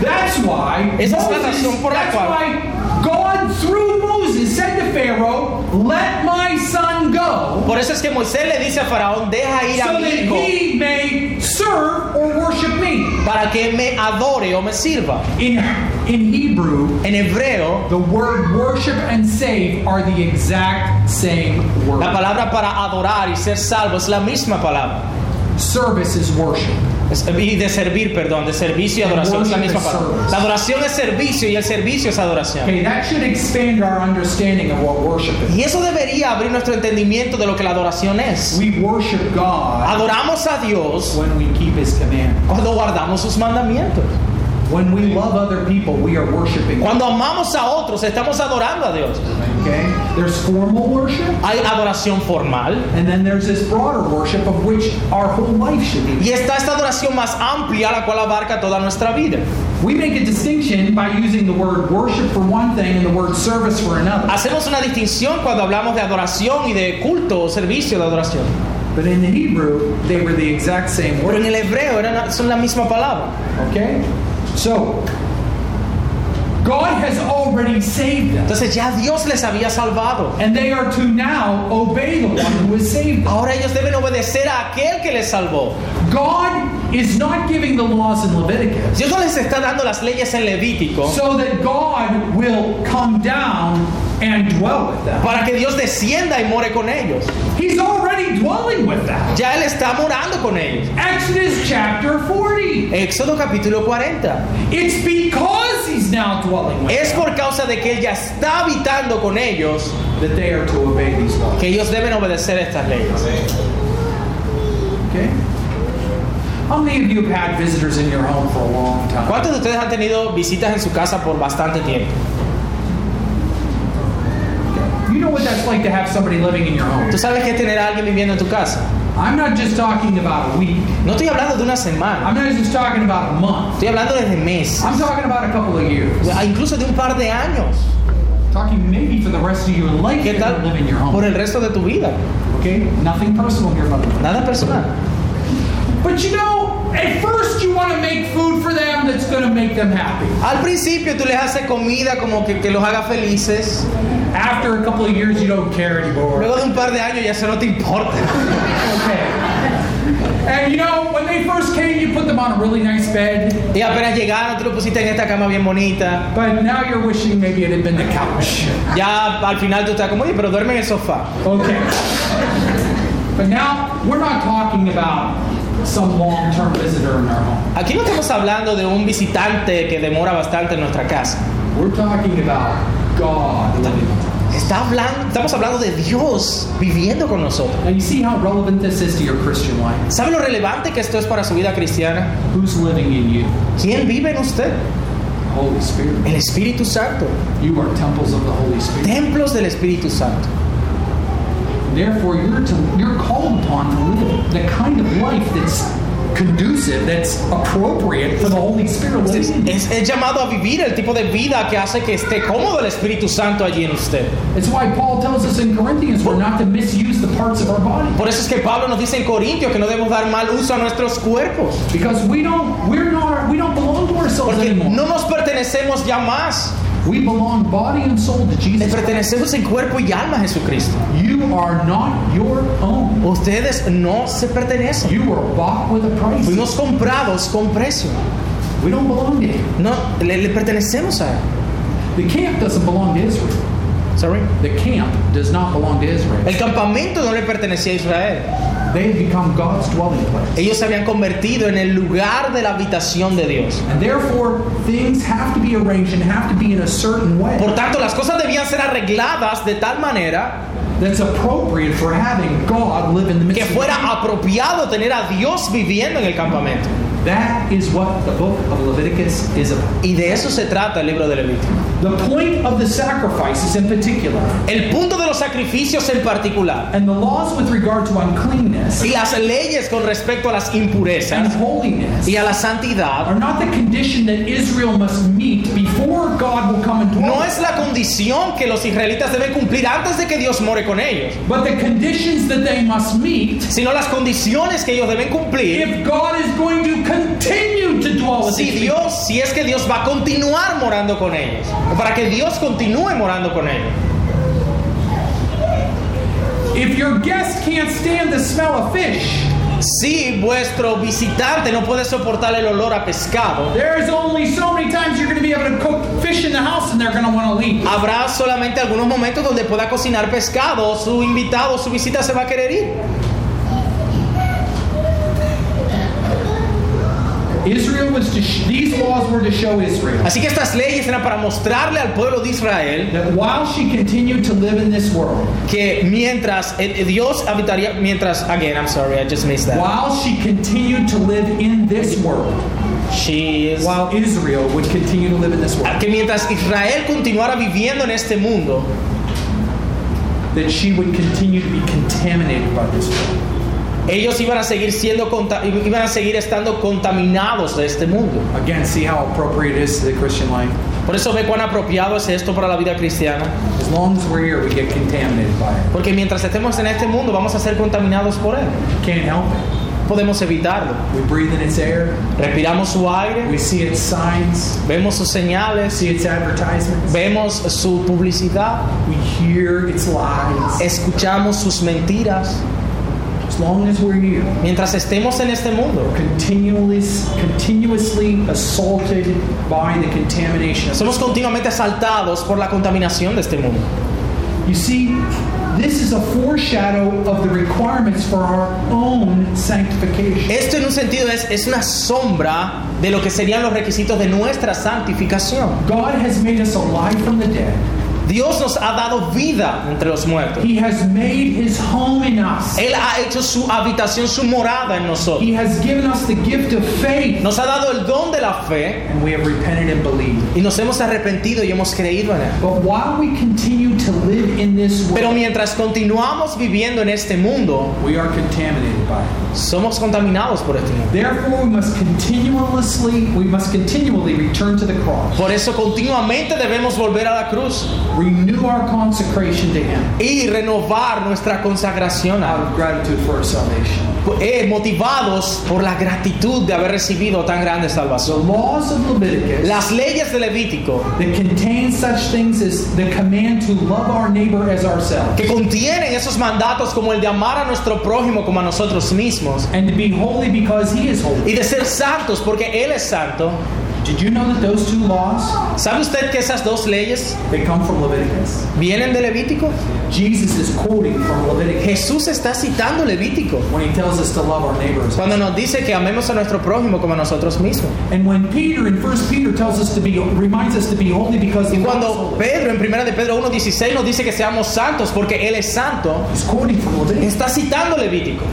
That's why
Esa es la
Moses-
razón por la
that's
cual-
why God through Moses said to Pharaoh, "Let my son go."
Por eso es que Moisés le dice a Faraón, deja ir a
So
mi
that
hijo
he may serve or worship me.
para que me adore o me sirva.
In, in Hebrew,
En hebreo,
The word worship and save are the exact same word.
la palabra para adorar y ser salvo es la misma palabra.
Service is worship.
Es- Y de servir, perdón, de servicio y adoración es la misma palabra. La adoración es servicio y el servicio es adoración.
Okay, that should expand our understanding of what worship is.
Y eso debería abrir nuestro entendimiento de lo que la adoración es.
We worship God
Adoramos a Dios
when we keep His command.
cuando guardamos sus mandamientos.
When we love other people, we are worshiping. God,
Cuando amamos a otros, estamos adorando a Dios.
Okay, there's formal worship,
Hay adoración formal
and then there's this broader worship of which our whole life should be.
y está esta adoración más amplia, la cual abarca toda nuestra vida.
We make a distinction by using the word worship for one thing and the word service for another.
Hacemos una distinción cuando hablamos de adoración y de culto o servicio de adoración.
But in the Hebrew, they were the exact same word.
Pero en el hebreo eran- son la misma palabra.
Okay? So, God has already saved them.
Entonces ya Dios les había salvado.
And they are to now obey the one who has saved them.
Ahora ellos deben obedecer a aquel que les salvó.
God is not giving the laws in Leviticus
Dios no les está dando las leyes en Levítico
so that God will come down and dwell with them.
para que Dios descienda y more con ellos.
He's already dwelling with them.
Ya Él está morando con ellos.
Exodus chapter 40.
Éxodo capítulo 40.
It's because because he's now dwelling with
Es por causa de que Él ya está habitando con ellos
that they are to obey these laws.
que ellos deben obedecer estas leyes.
Okay? How many of you have had visitors in your home for a long time?
¿Cuántos de ustedes han tenido visitas en su casa por bastante tiempo?
You know what that's like to have somebody living in your home.
Tú sabes que es tener a alguien viviendo en tu casa.
I'm not just talking about a week.
No estoy hablando de una semana,
I'm not just talking about a month.
estoy hablando desde meses,
I'm talking about a couple of years.
incluso de un par de años.
Talking maybe for the rest of your life
¿Qué
you're going to live in your
tal
home.
por el resto de tu vida?
Okay? Nothing personal here, by the way.
Nada personal.
But you know, at first you want to make food for them that's going to make them happy.
Al principio tú les haces comida como que, que los haga felices.
After a couple of years, you don't care anymore.
Luego de un par de años ya eso no te importa.
Okay. And you know, when they first came, you put them on a really nice bed,
Y apenas llegaron, tú lo pusiste en esta cama bien bonita.
but now you're wishing maybe it had been the couch.
Ya al final tú estás como, oye, pero duerme en el sofá.
Okay. But now we're not talking about some long-term visitor in our home.
Aquí no estamos hablando de un visitante que demora bastante en nuestra casa.
We're talking about God living. with us.
Está hablando, estamos hablando de Dios viviendo con nosotros.
Now you see how relevant this is to your Christian life.
¿Sabe lo relevante que esto es para su vida cristiana?
Who's living in you?
¿Quién vive en usted?
Holy Spirit.
El Espíritu Santo.
You are temples of the Holy Spirit.
Templos del Espíritu Santo.
Therefore, you're to, you're called upon to live the kind of life that's conducive, that's appropriate for the Holy Spirit
Es,
living in you.
es- es llamado a vivir el tipo de vida que hace que esté cómodo el Espíritu Santo allí en usted.
It's why Paul tells us in Corinthians we're not to misuse the parts of our body
Por eso es que Pablo nos dice en Corintios que no debemos dar mal uso a nuestros cuerpos.
because we don't we're not we don't belong to ourselves
Porque
anymore.
no nos pertenecemos ya más.
We belong body and soul to
Le
Jesus.
pertenecemos en cuerpo y alma a Jesucristo.
You are not your own.
Ustedes no se pertenecen.
You were bought with a price.
Fuimos comprados con precio.
We don't belong to him.
No, le, le pertenecemos a él.
The camp doesn't belong to Israel.
Sorry.
The camp does not belong to Israel.
El campamento no le pertenecía a Israel.
They have become God's dwelling place.
Ellos se habían convertido en el lugar de la habitación de Dios.
And therefore, things have to be arranged and have to be in a certain way
Por tanto, las cosas debían ser arregladas de tal manera
that's appropriate for having God live in the midst
que
of
fuera apropiado tener a Dios viviendo en el campamento.
you. That is what the book of Leviticus is about.
Y de eso se trata el libro de Levítico.
The point of the sacrifices in particular,
El punto de los sacrificios en particular
and the laws with regard to uncleanness
y las leyes con respecto a las
and
impurezas
holiness,
y a la santidad
are not the condition that Israel must meet before God will come and dwell.
no es la condición que los israelitas deben cumplir antes de que Dios more con ellos,
But the conditions that they must meet
sino las condiciones que ellos deben cumplir
if God is going to continue to dwell with
si
these people.
Dios, si es que Dios va a continuar morando con ellos, o para que Dios continúe morando con ellos.
If your guest can't stand the smell of fish,
Si vuestro visitante no puede soportar el olor a pescado,
there's only so many times you're going to be able to cook fish in the house and they're going to want to leave.
habrá solamente algunos momentos donde pueda cocinar pescado, o su invitado, o su visita se va a querer ir.
Israel was to sh- these laws were to show Israel
Así que estas leyes eran para mostrarle al pueblo de Israel
that while she continued to live in this world,
que mientras eh, eh, Dios habitaría, mientras, again, I'm sorry, I just missed that.
while she continued to live in this world,
She is-
while Israel would continue to live in this world,
Que mientras Israel continuara viviendo en este mundo,
that she would continue to be contaminated by this world.
ellos iban a seguir siendo, conta- iban a seguir estando contaminados de este mundo.
Again, see how appropriate it is to the Christian life.
Por eso ve cuán apropiado es esto para la vida cristiana.
As long as we're here, we get contaminated by it.
Porque mientras estemos en este mundo vamos a ser contaminados por él.
Can't help it.
Podemos evitarlo.
We breathe in its air.
Respiramos su aire,
We see its signs,
vemos sus señales,
see its advertisements,
vemos su publicidad,
we hear its lies.
escuchamos sus mentiras.
As long as we're here,
Mientras estemos en este mundo,
continually, continuously assaulted by the contamination. of-
somos continuamente asaltados por la contaminación de este mundo.
you see, this is a foreshadow of the requirements for our own sanctification.
Esto en un sentido es, es una sombra de lo que serían los requisitos de nuestra santificación.
God has made us alive from the dead.
Dios nos ha dado vida entre los muertos.
He has made his home in us.
Él ha hecho su habitación, su morada en nosotros.
He has given us the gift of faith,
Nos ha dado el don de la fe
and we have repented and believed.
y nos hemos arrepentido y hemos creído en él.
But while we continue to live in this
Pero
world,
mientras continuamos viviendo en este mundo,
we are contaminated by it.
somos contaminados por este mundo.
Therefore, we must continuously, we must continually return to the cross,
Por eso continuamente debemos volver a la cruz
renew our consecration to Him
y renovar nuestra consagración a
out of gratitude for our salvation.
eh, motivados por la gratitud de haber recibido tan grande
The
salvación.
laws of Leviticus
Las leyes de Levítico
that contain such things as the command to love our neighbor as ourselves
que contienen esos mandatos como el de amar a nuestro prójimo como a nosotros mismos
and to be holy because He is holy.
y de ser santos porque Él es santo.
Did you know that those two laws
¿Sabe usted que esas dos leyes
they come from Leviticus?
vienen de Levítico?
Jesus is quoting from Leviticus
Jesús está citando Levítico
when He tells us to love our neighbors.
cuando nos dice que amemos a nuestro prójimo como a nosotros mismos.
And when Peter in First Peter tells us to be reminds us to be holy because He
Y
is
cuando
holy.
Pedro en 1 de Pedro 1.16 nos dice que seamos santos porque Él es santo,
He's quoting from Leviticus.
está citando Levítico.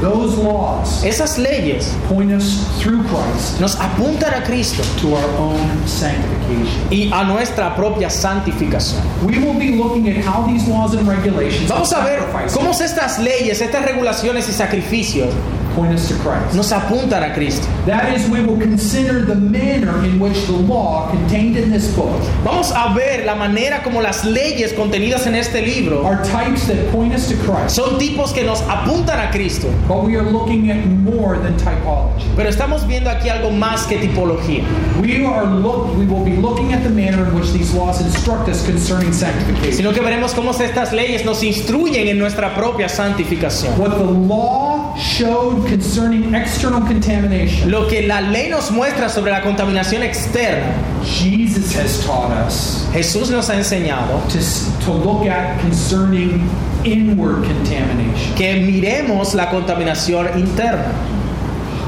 Those laws
Esas leyes
point us through Christ
nos apuntan a Cristo
to our own sanctification.
y a nuestra propia santificación.
We will be looking at how these laws and regulations
Vamos a ver
sacrifices
cómo estas leyes, estas regulaciones y sacrificios
point us to Christ.
nos apuntan a Cristo.
That is, we will consider the manner in which the law contained in this book
Vamos a ver la manera como las leyes contenidas en este libro
are types that point us to Christ.
son tipos que nos apuntan a Cristo.
But we are looking at more than typology.
Pero estamos viendo aquí algo más que tipología.
We are look. We will be looking at the manner in which these laws instruct us concerning sanctification.
Sino que veremos cómo estas leyes nos instruyen en nuestra propia santificación.
What the law showed concerning external contamination,
Lo que la ley nos muestra sobre la contaminación externa,
Jesus has taught us
Jesús nos ha enseñado
to, to look at concerning inward contamination.
que miremos la contaminación interna.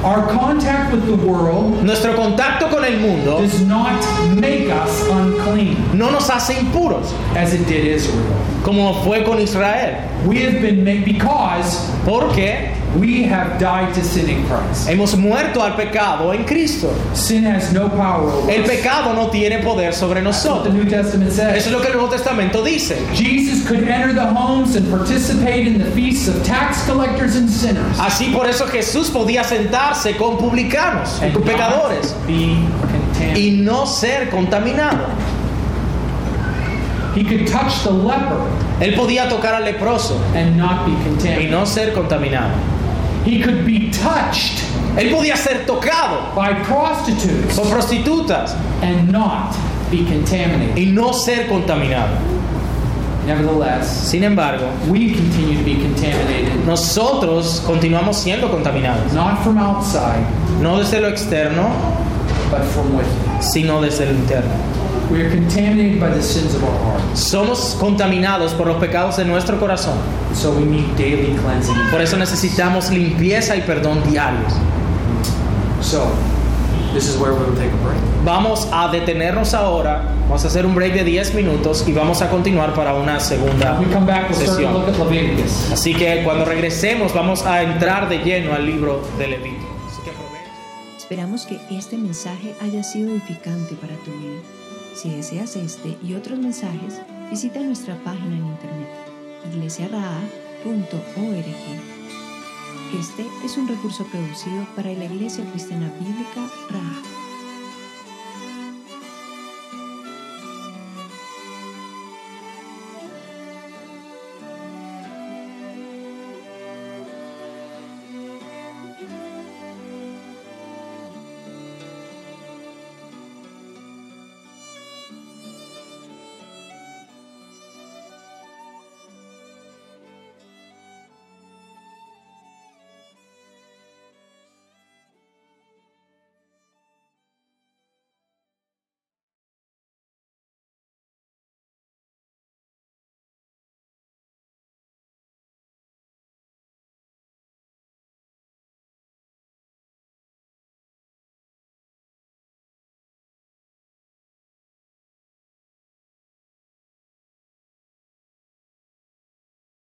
Our contact with the world
Nuestro contacto con el mundo
does not make us unclean
no nos hace impuros,
as it did Israel.
como fue con Israel,
We have been made because
porque
we have died to sin in Christ.
hemos muerto al pecado en Cristo.
Sin has no power over
El
us.
pecado no tiene poder sobre
That's what the
nosotros.
New Testament
Eso
says.
es lo que el Nuevo Testamento dice.
Jesus could enter the homes and participate in the feasts of tax collectors and sinners.
Así por eso Jesús podía sentarse con publicanos,
and
con pecadores,
not be
y
contaminated.
no ser contaminado.
He could touch the leper
Él podía tocar al leproso
and not be
y
contaminated.
no ser contaminado.
He could be touched
Él podía ser tocado
by prostitutes
por prostitutas
and not be contaminated.
y no ser contaminado.
Nevertheless,
Sin embargo,
we continue to be contaminated,
nosotros continuamos siendo contaminados,
not from outside,
no desde lo externo,
but from within.
sino desde lo interno.
We are contaminated by the sins of our heart,
Somos contaminados por los pecados de nuestro corazón.
so we need daily cleansing.
Por eso necesitamos limpieza y perdón diarios.
So, this is where we will take a break.
Vamos a detenernos ahora, vamos a hacer un break de 10 minutos y vamos a continuar para una segunda
When we come back, we'll start to look
sesión.
at Leviticus.
Así que cuando regresemos vamos a entrar de lleno al libro de Levítico. Así que aprovechen.
Esperamos que este mensaje haya sido edificante para tu vida. Si deseas este y otros mensajes, visita nuestra página en internet iglesiaraa.org. Este es un recurso producido para la Iglesia Cristiana Bíblica Raha.